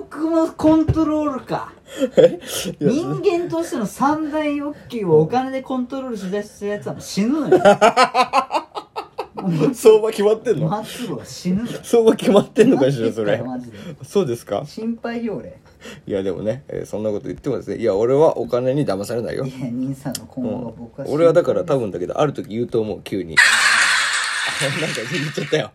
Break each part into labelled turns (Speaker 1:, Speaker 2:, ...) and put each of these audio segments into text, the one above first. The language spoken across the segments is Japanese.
Speaker 1: のコントロールか
Speaker 2: いや
Speaker 1: 人間としての三大欲求をお金でコントロールしだしたやつは死ぬの よもう
Speaker 2: 相場決まってんの
Speaker 1: マツゴは死ぬの
Speaker 2: 相場決まってんのかし らそ
Speaker 1: なってっ
Speaker 2: れ
Speaker 1: からマジで
Speaker 2: そうですか
Speaker 1: 心配よ俺
Speaker 2: いやでもね、えーそんなこと言ってもですねいや俺はお金に騙されないよ
Speaker 1: いや兄さんの今後が僕は心配
Speaker 2: 俺はだから多分だけどある時言うと思う 急にあなんか言っちゃったよ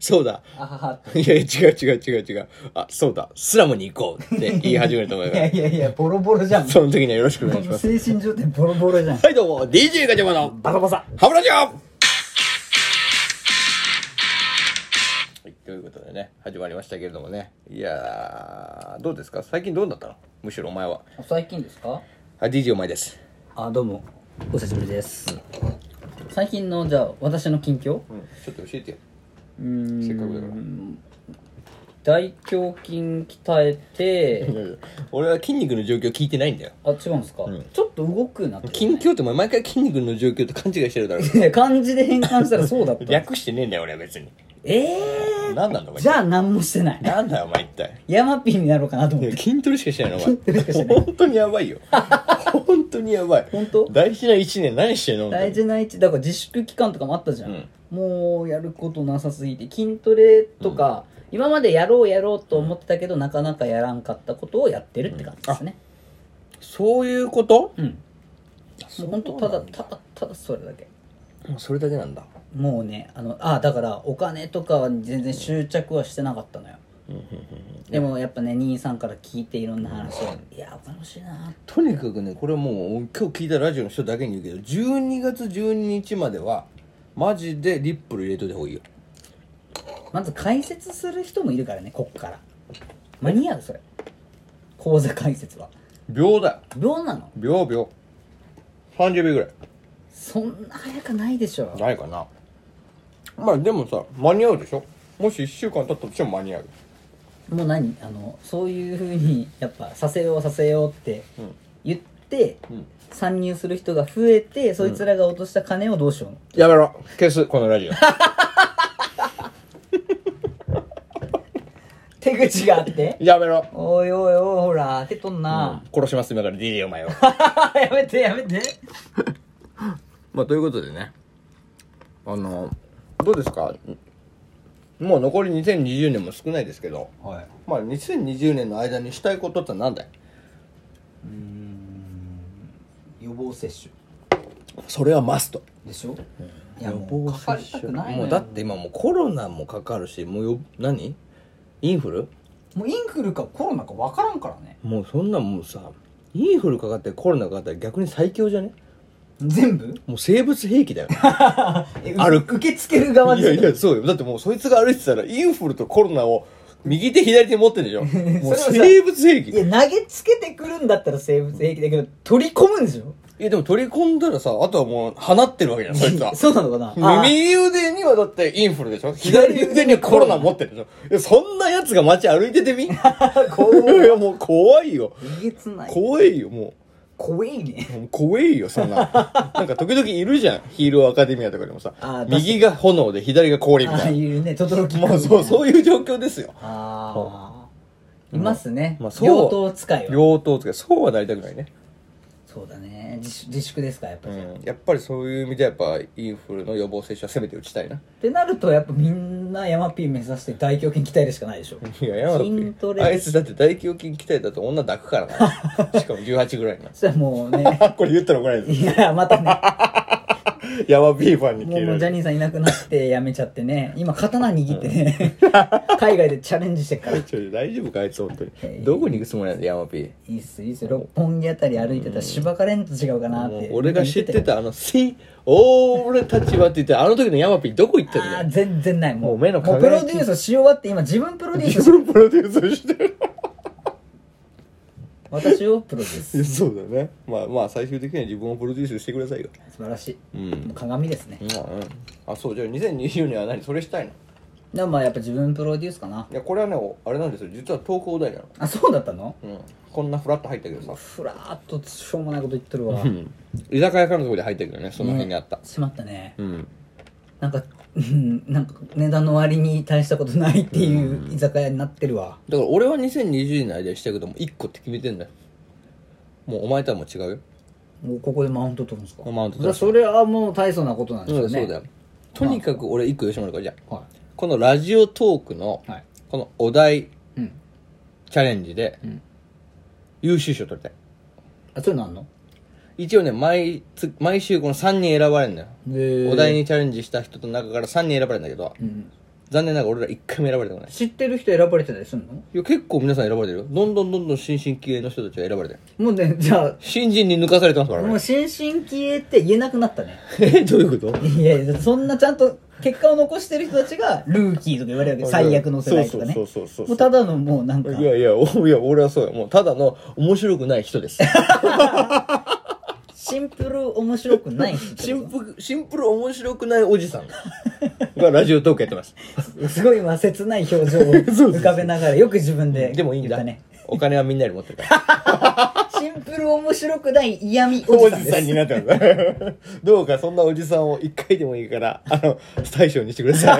Speaker 2: そうだ
Speaker 1: あははって
Speaker 2: いや違う違う違う違うあそうだスラムに行こうって言い始めると思う
Speaker 1: いや
Speaker 2: よ
Speaker 1: いやいやボロボロじゃん
Speaker 2: その時にはよろしくお願いします
Speaker 1: 精神状態ボロボロじゃん
Speaker 2: はいどうも DJ ガチャマの
Speaker 1: バサバサ
Speaker 2: ハブラジオはいということでね始まりましたけれどもねいやーどうですか最近どうだったのむしろお前は
Speaker 1: 最近ですか
Speaker 2: あ DJ お前です
Speaker 1: あどうもお久しぶりです最近のじゃあ私の近況
Speaker 2: うんちょっと教えてよ
Speaker 1: うーん
Speaker 2: せっかくだから
Speaker 1: 大胸筋鍛え て
Speaker 2: 俺は筋肉の状況聞いてないんだよ
Speaker 1: あ違うんですか、ちょっと動くなって
Speaker 2: 近況ってお前毎回筋肉の状況と勘違いしてるだろ
Speaker 1: ね漢字で変換したらそうだった
Speaker 2: 略してねえんだよ俺は別に
Speaker 1: ええ
Speaker 2: 何なんだお
Speaker 1: ー、じ
Speaker 2: 前
Speaker 1: ゃあ何もしてない
Speaker 2: なんだよお前一体
Speaker 1: ヤマピーになろうかなと
Speaker 2: い
Speaker 1: 思っ
Speaker 2: や
Speaker 1: て
Speaker 2: 筋トレしかしてないのお前 本当にやばいよ本当にやばい
Speaker 1: 本当
Speaker 2: 大事な1年何してんの本当
Speaker 1: 大
Speaker 2: に
Speaker 1: 事な位置だから自粛期間とかもあったじゃん、もうやることなさすぎて筋トレとか、今までやろうやろうと思ってたけど、なかなかやらんかったことをやってるって感じですね
Speaker 2: そういうこと
Speaker 1: うん、もうほんとただ
Speaker 2: そうなん
Speaker 1: ただただそれだけ
Speaker 2: もうそれだけなんだ
Speaker 1: もうねあのあだからお金とかは全然執着はしてなかったのよでもやっぱね兄さんから聞いていろんな話をいやお金欲しいな
Speaker 2: とにかくねこれはもう今日聞いたラジオの人だけに言うけど12月12日まではマジでリップル入れといた方がいいよ
Speaker 1: まず解説する人もいるからねこっから間に合うそれ講座解説は
Speaker 2: 秒だよ
Speaker 1: どうなの
Speaker 2: 秒秒30秒ぐらい
Speaker 1: そんな早くないでしょ
Speaker 2: ないかなまあでもさ間に合うでしょもし1週間経ったとしても間に合う
Speaker 1: もう何あのそういうふうにやっぱさせようさせようって言って、
Speaker 2: ん
Speaker 1: 参入する人が増えてそいつらが落とした金をどうしようの、
Speaker 2: やめろ消すこのラジオ
Speaker 1: 手口があって
Speaker 2: やめろ、
Speaker 1: おいおいおいほら手取んな、
Speaker 2: 殺します今から DJ お前を
Speaker 1: やめてやめて
Speaker 2: まあということでねあのどうですかもう残り2020年も少ないですけど
Speaker 1: はい
Speaker 2: まあ2020年の間にしたいことってなんだよ
Speaker 1: 予防接種
Speaker 2: それはマスト
Speaker 1: でしょ、いやもうかかりたくないのよ
Speaker 2: もうだって今もうコロナもかかるしもうよ何インフル
Speaker 1: もうインフルかコロナか分からんからね
Speaker 2: もうそんなんもうさインフルかかってコロナかかったら逆に最強じゃね
Speaker 1: 全部
Speaker 2: もう生物兵器だよ
Speaker 1: ある受け付ける側
Speaker 2: い
Speaker 1: で
Speaker 2: やいやそうよだってもうそいつが歩いてたらインフルとコロナを右手左手持ってるで しょもう
Speaker 1: それはさ
Speaker 2: 生物兵器
Speaker 1: いや投げつけてくるんだったら生物兵器だけど取り込むんでしょ
Speaker 2: いやでも取り込んだらさあとはもう放ってるわけじゃんそいつ は
Speaker 1: そうなのかなあー
Speaker 2: 右腕にはだってインフルでしょ左腕にはコロナ持ってるでしょ いやそんな奴が街歩いて てみいやもう怖いよ
Speaker 1: えげつない
Speaker 2: 怖いよも
Speaker 1: 怖いね
Speaker 2: うもう怖いよそんな なんか時々いるじゃんヒーローアカデミアとかでもさ
Speaker 1: あー
Speaker 2: 右が炎で左が氷み
Speaker 1: ああ
Speaker 2: たい
Speaker 1: いうねとどろき
Speaker 2: なもうそうそういう状況ですよ
Speaker 1: ああいますね、
Speaker 2: まあそう
Speaker 1: 両党使いは
Speaker 2: 両党つけそうはなりたくないね、
Speaker 1: そうだね自粛自粛ですかやっぱ
Speaker 2: う
Speaker 1: り、っ
Speaker 2: ん、やっぱりそういう意味ではやっぱインフルの予防接種はせめて打ちたいな
Speaker 1: てなるとやっぱみんな山ピー目指して大胸筋鍛えるしかないでしょ
Speaker 2: いや、山田
Speaker 1: 筋ト
Speaker 2: 君。
Speaker 1: レ
Speaker 2: あいつだって大胸筋鍛えたと女抱くから な。しかも18ぐらいな。
Speaker 1: そしたらもう ね
Speaker 2: これ言ったら怒られる。
Speaker 1: いやまたね
Speaker 2: ヤマビーファンに
Speaker 1: もう
Speaker 2: 消
Speaker 1: も
Speaker 2: え
Speaker 1: うジャ
Speaker 2: る。
Speaker 1: ニーさんいなくなってやめちゃってね今刀握ってね海外でチャレンジしてっからい
Speaker 2: ちょ大丈夫かあいつ本当に。どこに行くつもりなんだヤマピー。
Speaker 1: いっすいいっす六本木あたり歩いてたら芝カレンと違うかなっ
Speaker 2: もう
Speaker 1: て
Speaker 2: 俺が知ってたあの、せ、俺たちはって言って、あの時のヤマピーどこ行ってん
Speaker 1: あ
Speaker 2: だ
Speaker 1: あ
Speaker 2: よ。
Speaker 1: 全然ないもう
Speaker 2: もう目の輝き
Speaker 1: プロデュースし終わって今自分プロデュース し
Speaker 2: 自分プロデュースしてる。
Speaker 1: 私をプロデュース
Speaker 2: そうだね。まあまあ、最終的には自分をプロデュースしてくださいよ。
Speaker 1: 素晴らしい、
Speaker 2: うん
Speaker 1: もう鏡ですね
Speaker 2: まあ、うん。あ、そう、じゃあ2020年は何それしたいの
Speaker 1: でもまあやっぱ自分プロデュースかない
Speaker 2: や、これはね、おあれなんですよ。実は東工大なの。
Speaker 1: あそうだったの
Speaker 2: うん。こんなフラッと入ったけどさ。
Speaker 1: ふらーっとしょうもないこと言って るわ
Speaker 2: うん居酒屋からのところで入ったけどねその辺にあった、
Speaker 1: しまったね
Speaker 2: うん
Speaker 1: なんかうんなんか値段の割に大したことないっていう居酒屋になってるわ、
Speaker 2: だから俺は2020年の間にしたいことも1個って決めてんだよもうお前とはもう違うよ
Speaker 1: もうここでマウント取るんですか
Speaker 2: マウント取
Speaker 1: それ
Speaker 2: る
Speaker 1: それはもう大層なことなんです
Speaker 2: う
Speaker 1: よ
Speaker 2: ん
Speaker 1: ね、
Speaker 2: そうだよとにかく俺1個吉村からじゃあ
Speaker 1: は
Speaker 2: このラジオトークの
Speaker 1: いはい
Speaker 2: このお題
Speaker 1: うん
Speaker 2: チャレンジで
Speaker 1: うん
Speaker 2: 優秀賞取りたい
Speaker 1: あそういうのあんの
Speaker 2: 一応ね毎つ毎週この3人選ばれるんだよ
Speaker 1: で
Speaker 2: お題にチャレンジした人の中から3人選ばれるんだけど
Speaker 1: うん
Speaker 2: 残念ながら俺ら1回も選ばれてこない
Speaker 1: 知ってる人選ばれてたりするの
Speaker 2: いや結構皆さん選ばれてるよどんどんどんどん新進気鋭の人たちが選ばれてる
Speaker 1: もうねじゃ
Speaker 2: 新人に抜かされてます
Speaker 1: あ
Speaker 2: から
Speaker 1: もう
Speaker 2: ね
Speaker 1: 新進気鋭って言えなくなったね
Speaker 2: え どういうこと
Speaker 1: いやいやそんなちゃんと結果を残してる人たちがルーキーとか言われるわけ 最悪の世代とかね
Speaker 2: そうそうそうそうそう
Speaker 1: もうただのもうなんか
Speaker 2: いやい やおいや俺はそうよもうただの面白くない 人です
Speaker 1: シンプル面白くない人ってこと
Speaker 2: シンプルシンプル面白くないおじさ んがラジオトークやってます
Speaker 1: すごいまあ切ない 表情を浮かべながらよく自分で
Speaker 2: でもいいん
Speaker 1: 言っ
Speaker 2: だ
Speaker 1: たね
Speaker 2: お金はみんなより持ってるから
Speaker 1: シンプル面白くない嫌味 お
Speaker 2: お
Speaker 1: じさんで
Speaker 2: じさん
Speaker 1: す
Speaker 2: になってます どうかそんなおじさんを一回でもいいからあの大将にしてくださ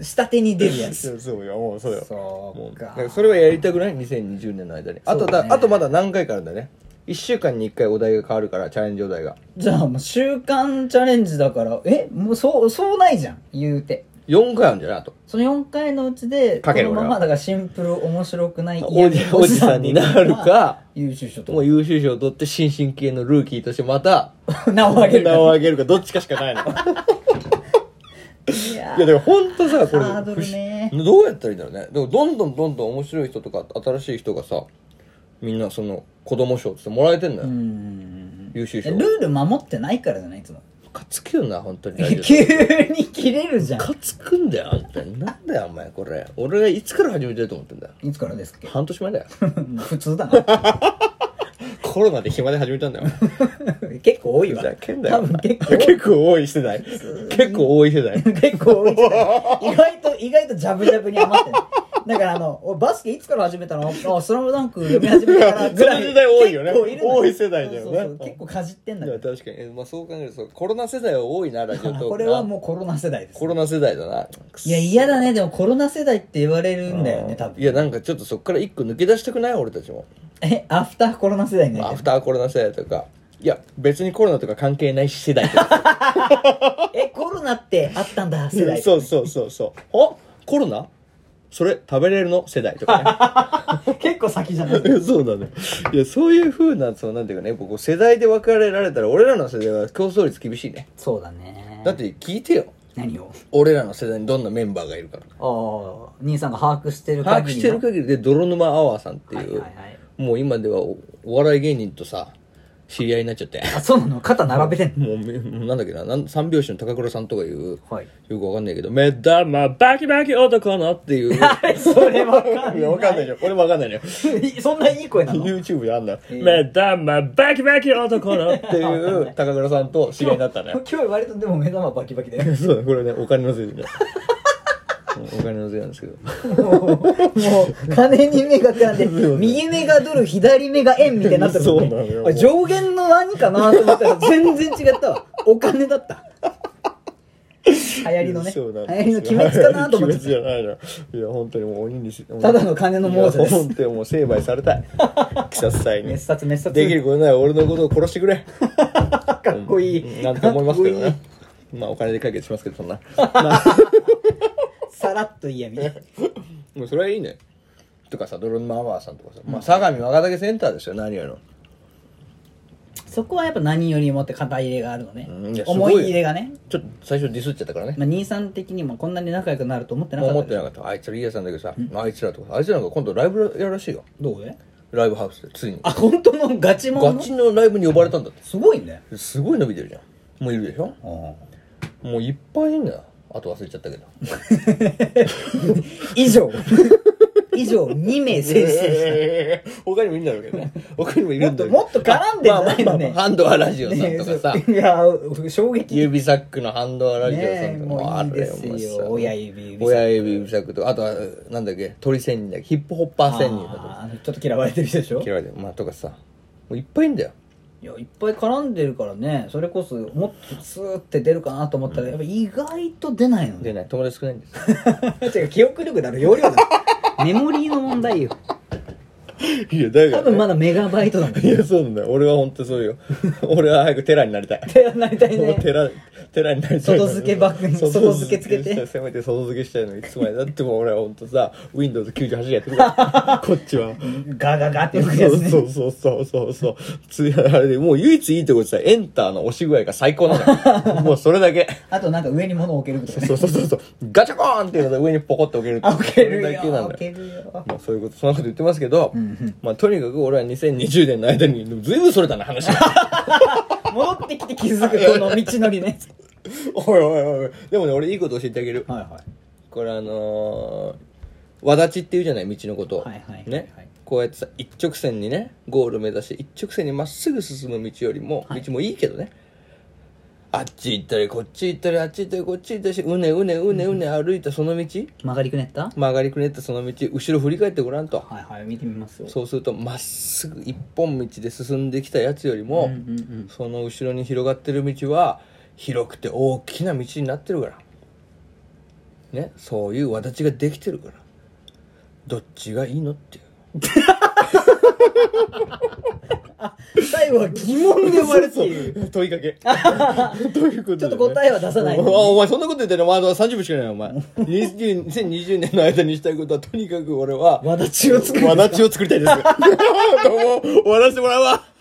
Speaker 1: 下手 に出るや
Speaker 2: い
Speaker 1: つ
Speaker 2: そうそうよもうそうよも
Speaker 1: そうう
Speaker 2: だ
Speaker 1: か
Speaker 2: からそれはやりたくない2020年の間にあとだ、
Speaker 1: そうね
Speaker 2: あとまだ何回かあるんだね1週間に1回お題が変わるからチャレンジお題が
Speaker 1: じゃあもう週刊チャレンジだからえもうそうそうないじゃん言うて
Speaker 2: 4回あるんじゃないあと
Speaker 1: その4回のうちで
Speaker 2: かける
Speaker 1: このま
Speaker 2: 俺
Speaker 1: ま
Speaker 2: は
Speaker 1: だからシンプル面白くない
Speaker 2: おじおじさんになるか
Speaker 1: 優秀賞
Speaker 2: も
Speaker 1: と
Speaker 2: う優秀賞を取って新進気鋭のルーキーとしてまた
Speaker 1: 名を挙げる
Speaker 2: 名
Speaker 1: か
Speaker 2: を上げるかどっちかしかないのい
Speaker 1: いや
Speaker 2: やでも本当さこれ
Speaker 1: ハードルね
Speaker 2: 不思どうやったらいいんだろうねでもどんどんどんどん面白い人とか新しい人がさみんなその子供賞っつってもらえてんの
Speaker 1: う
Speaker 2: よ、
Speaker 1: ん
Speaker 2: 優秀
Speaker 1: ル
Speaker 2: 賞
Speaker 1: ール守ってないからじゃないいつも
Speaker 2: ムカつくよな本当に
Speaker 1: 急
Speaker 2: 大丈夫
Speaker 1: に切れるじゃ
Speaker 2: ムカつくんだよあんたなんだよお前これ俺がいつから始めてると思ってんだよ
Speaker 1: んいつからですっけ
Speaker 2: 半年前だよ
Speaker 1: 普通だな
Speaker 2: コロナで暇で始めたんだよ
Speaker 1: 結構多い
Speaker 2: ふ
Speaker 1: わ
Speaker 2: ざけんだよ
Speaker 1: 多分結
Speaker 2: お前
Speaker 1: 構
Speaker 2: 結構多い世代結構多い世代
Speaker 1: 結構多い意外と意外とジャブジャブに余ってないだからあの俺バスケいつから始めたのあスラムダンク読み始めたからぐらい
Speaker 2: その時代多いよね
Speaker 1: 結構るんだ
Speaker 2: 多い世代だよ
Speaker 1: そ
Speaker 2: ね
Speaker 1: うそうそう結構かじってんだ
Speaker 2: い
Speaker 1: か
Speaker 2: や
Speaker 1: ら
Speaker 2: 確かに、えまあ、そう考えるとそうコロナ世代は多いなラジオトークな
Speaker 1: これはもうコロナ世代です
Speaker 2: コロナ世代だない
Speaker 1: や嫌だねでもコロナ世代って言われるんだよね多分
Speaker 2: いやなんかちょっとそっから一個抜け出したくない俺たちも、
Speaker 1: えアフターコロナ世代に
Speaker 2: ま
Speaker 1: な
Speaker 2: あア
Speaker 1: り
Speaker 2: フターコロナ世代とかいや別にコロナとか関係ないし世代とか
Speaker 1: たいえコロナってあったんだ 世代
Speaker 2: そうそうそうそうあコロナそれ食べれるの世代とか
Speaker 1: 結構先じゃない
Speaker 2: ねそうだねいやそういうふうなそのなんていうかねこう世代で分かれられたら俺らの世代は競争率厳しいね
Speaker 1: そうだね
Speaker 2: だって聞いてよ
Speaker 1: 何を
Speaker 2: 俺らの世代にどんなメンバーがいるかとか
Speaker 1: ああ兄さんが把握してる
Speaker 2: 把握
Speaker 1: 限り
Speaker 2: して
Speaker 1: の
Speaker 2: る限りで泥沼アワーさんっていう、
Speaker 1: はいはいはい
Speaker 2: もう今ではおお笑い芸人とさ知り合いになっちゃって
Speaker 1: あそうなの肩並べてんの
Speaker 2: もうめなんだっけななん三拍子の高倉さんとかいう
Speaker 1: はい
Speaker 2: よくわかんないけど「目玉バキバキ男の」っていういや
Speaker 1: それわかんない
Speaker 2: わかんないじゃん俺もわかんないのよ
Speaker 1: そんないい声 なの
Speaker 2: YouTube であんだ「
Speaker 1: ー
Speaker 2: 目玉バキバキ男の」っていう高倉さんと知り合いになったのよ
Speaker 1: 今日割とでも目玉バキバキだ よ
Speaker 2: そうだこれねお金のせいでね うんお金のせいなんですけど
Speaker 1: もうもう金に目が絡んで右目がドル左目が円みたいになってるもんね
Speaker 2: そうなのよ
Speaker 1: あ上限の何かなと思 ったら全然違ったわお金だった流行りのね流
Speaker 2: そうなん
Speaker 1: 行りの鬼滅かなと思って
Speaker 2: 鬼滅じゃないのいや本当にもう鬼にした
Speaker 1: だの金の亡者です
Speaker 2: 本当にもう成敗された い鬼殺隊に
Speaker 1: 滅殺滅殺
Speaker 2: できることなら俺のことを殺してくれ
Speaker 1: かっこいい
Speaker 2: なんて思いますけど
Speaker 1: かっ
Speaker 2: ね
Speaker 1: こ
Speaker 2: まあお金で解決しますけどそ んな
Speaker 1: いいさらっと嫌味ね
Speaker 2: もうそれはいいねとかさドロンマワーさんとかさ、まあ、相模若竹センターですよ何よりの
Speaker 1: そこはやっぱ何よりもって肩入れがあるのね
Speaker 2: うんいやすご
Speaker 1: 思
Speaker 2: いよ
Speaker 1: い入れがね
Speaker 2: ちょっと最初ディスっちゃったからね
Speaker 1: まあ、兄さん的にもこんなに仲良くなると思ってなかった
Speaker 2: 思ってなかったあいつらいいやつなんだけどさあいつらとかあいつらなんか今度ライブやるらしいよ
Speaker 1: どうで
Speaker 2: ライブハウスでついに
Speaker 1: あ本当のガチモ
Speaker 2: ガ
Speaker 1: ンの
Speaker 2: チのライブに呼ばれたんだっ
Speaker 1: すごいね
Speaker 2: てすごい伸びてるじゃんもういるでしょ
Speaker 1: あ
Speaker 2: もういっぱいいんだよあと忘れちゃった けど
Speaker 1: 以上以上2名先生
Speaker 2: 他にもいるんだろうけどね 他にもいるんだろうけど
Speaker 1: もっともっと絡んでんじゃないのね
Speaker 2: まあまあまあハンドアラジオさんとかさ、
Speaker 1: いや衝撃
Speaker 2: 指サックのハンドアラジオさんとか
Speaker 1: ねえもういいですよ
Speaker 2: あれもさ
Speaker 1: 親指指サック
Speaker 2: 親指指サックとあとはなんだっけ鳥仙人だっけヒップホッパー仙人だとか
Speaker 1: あーちょっと嫌われてる人でしょ
Speaker 2: 嫌いだよまあとかさもういっぱいいんだよ
Speaker 1: いやいっぱい絡んでるからねそれこそもっとスーって出るかなと思ったら、やっぱ意外と出ないのね
Speaker 2: でね友達少ないんです
Speaker 1: 違う記憶力だろ容量だろメモリーの問題よ
Speaker 2: いやだ
Speaker 1: 多分まだメガバイトだもん
Speaker 2: いやそうなんだよ俺は本当にそうよ 俺は早く寺にな りたい
Speaker 1: ってなりたい
Speaker 2: もう
Speaker 1: ね
Speaker 2: 寺寺になりたい
Speaker 1: 外付けバッグに外付けつけて
Speaker 2: せめて外付けしたいのいつまでだっても俺は本当さ Windows98 やってる からこっちは
Speaker 1: ガガガって
Speaker 2: そう
Speaker 1: 動くやつね
Speaker 2: そうそうそうそうそうついあれでもう唯一いいとこってさエンターの押し具合が最高な のよもうそれだけ
Speaker 1: あとなんか上に物を置けるとかね
Speaker 2: そうそうそうそうガチャコーンっていうので上にポコッと置ける
Speaker 1: あ置ける
Speaker 2: それだけな
Speaker 1: よ
Speaker 2: ん
Speaker 1: 置
Speaker 2: だよ
Speaker 1: けるよ
Speaker 2: まあそういうことそんなこと言ってますけど、まあとにかく俺は2020年の間にでも随分それたな話が
Speaker 1: 戻ってきて気 づくこの道のりね
Speaker 2: おいおいおいでもね俺いいこと教えてあげる
Speaker 1: はいはい
Speaker 2: これあのー、わだちっていうじゃない道のことを
Speaker 1: はいはいはいはい
Speaker 2: ねこうやってさ一直線にねゴール目指して一直線にまっすぐ進む道よりも、
Speaker 1: はい
Speaker 2: 道もいいけどねあっち行ったりこっち行ったりあっち行ったりこっち行ったりしうねうねうねうね歩いたその道、
Speaker 1: 曲がりくねったは
Speaker 2: 曲がりくねったその道後ろ振り返ってごらんと
Speaker 1: いはい見てみますよ
Speaker 2: そうするとまっすぐ一本道で進んできたやつよりも、
Speaker 1: うんうんうん
Speaker 2: その後ろに広がってる道は広くて大きな道になってるからねそういう轍ができてるからどっちがいいのっていう
Speaker 1: 最後は疑問で終わるっていう
Speaker 2: そう問いかけどういうことだよね
Speaker 1: ちょっと答えは出さない
Speaker 2: お前お前そんなこと言ってるのまだ30分しかないよお前20 2020年の間にしたいことはとにかく俺は
Speaker 1: わだちを作る
Speaker 2: わだちを作りたいですどうも終わらせてもらうわ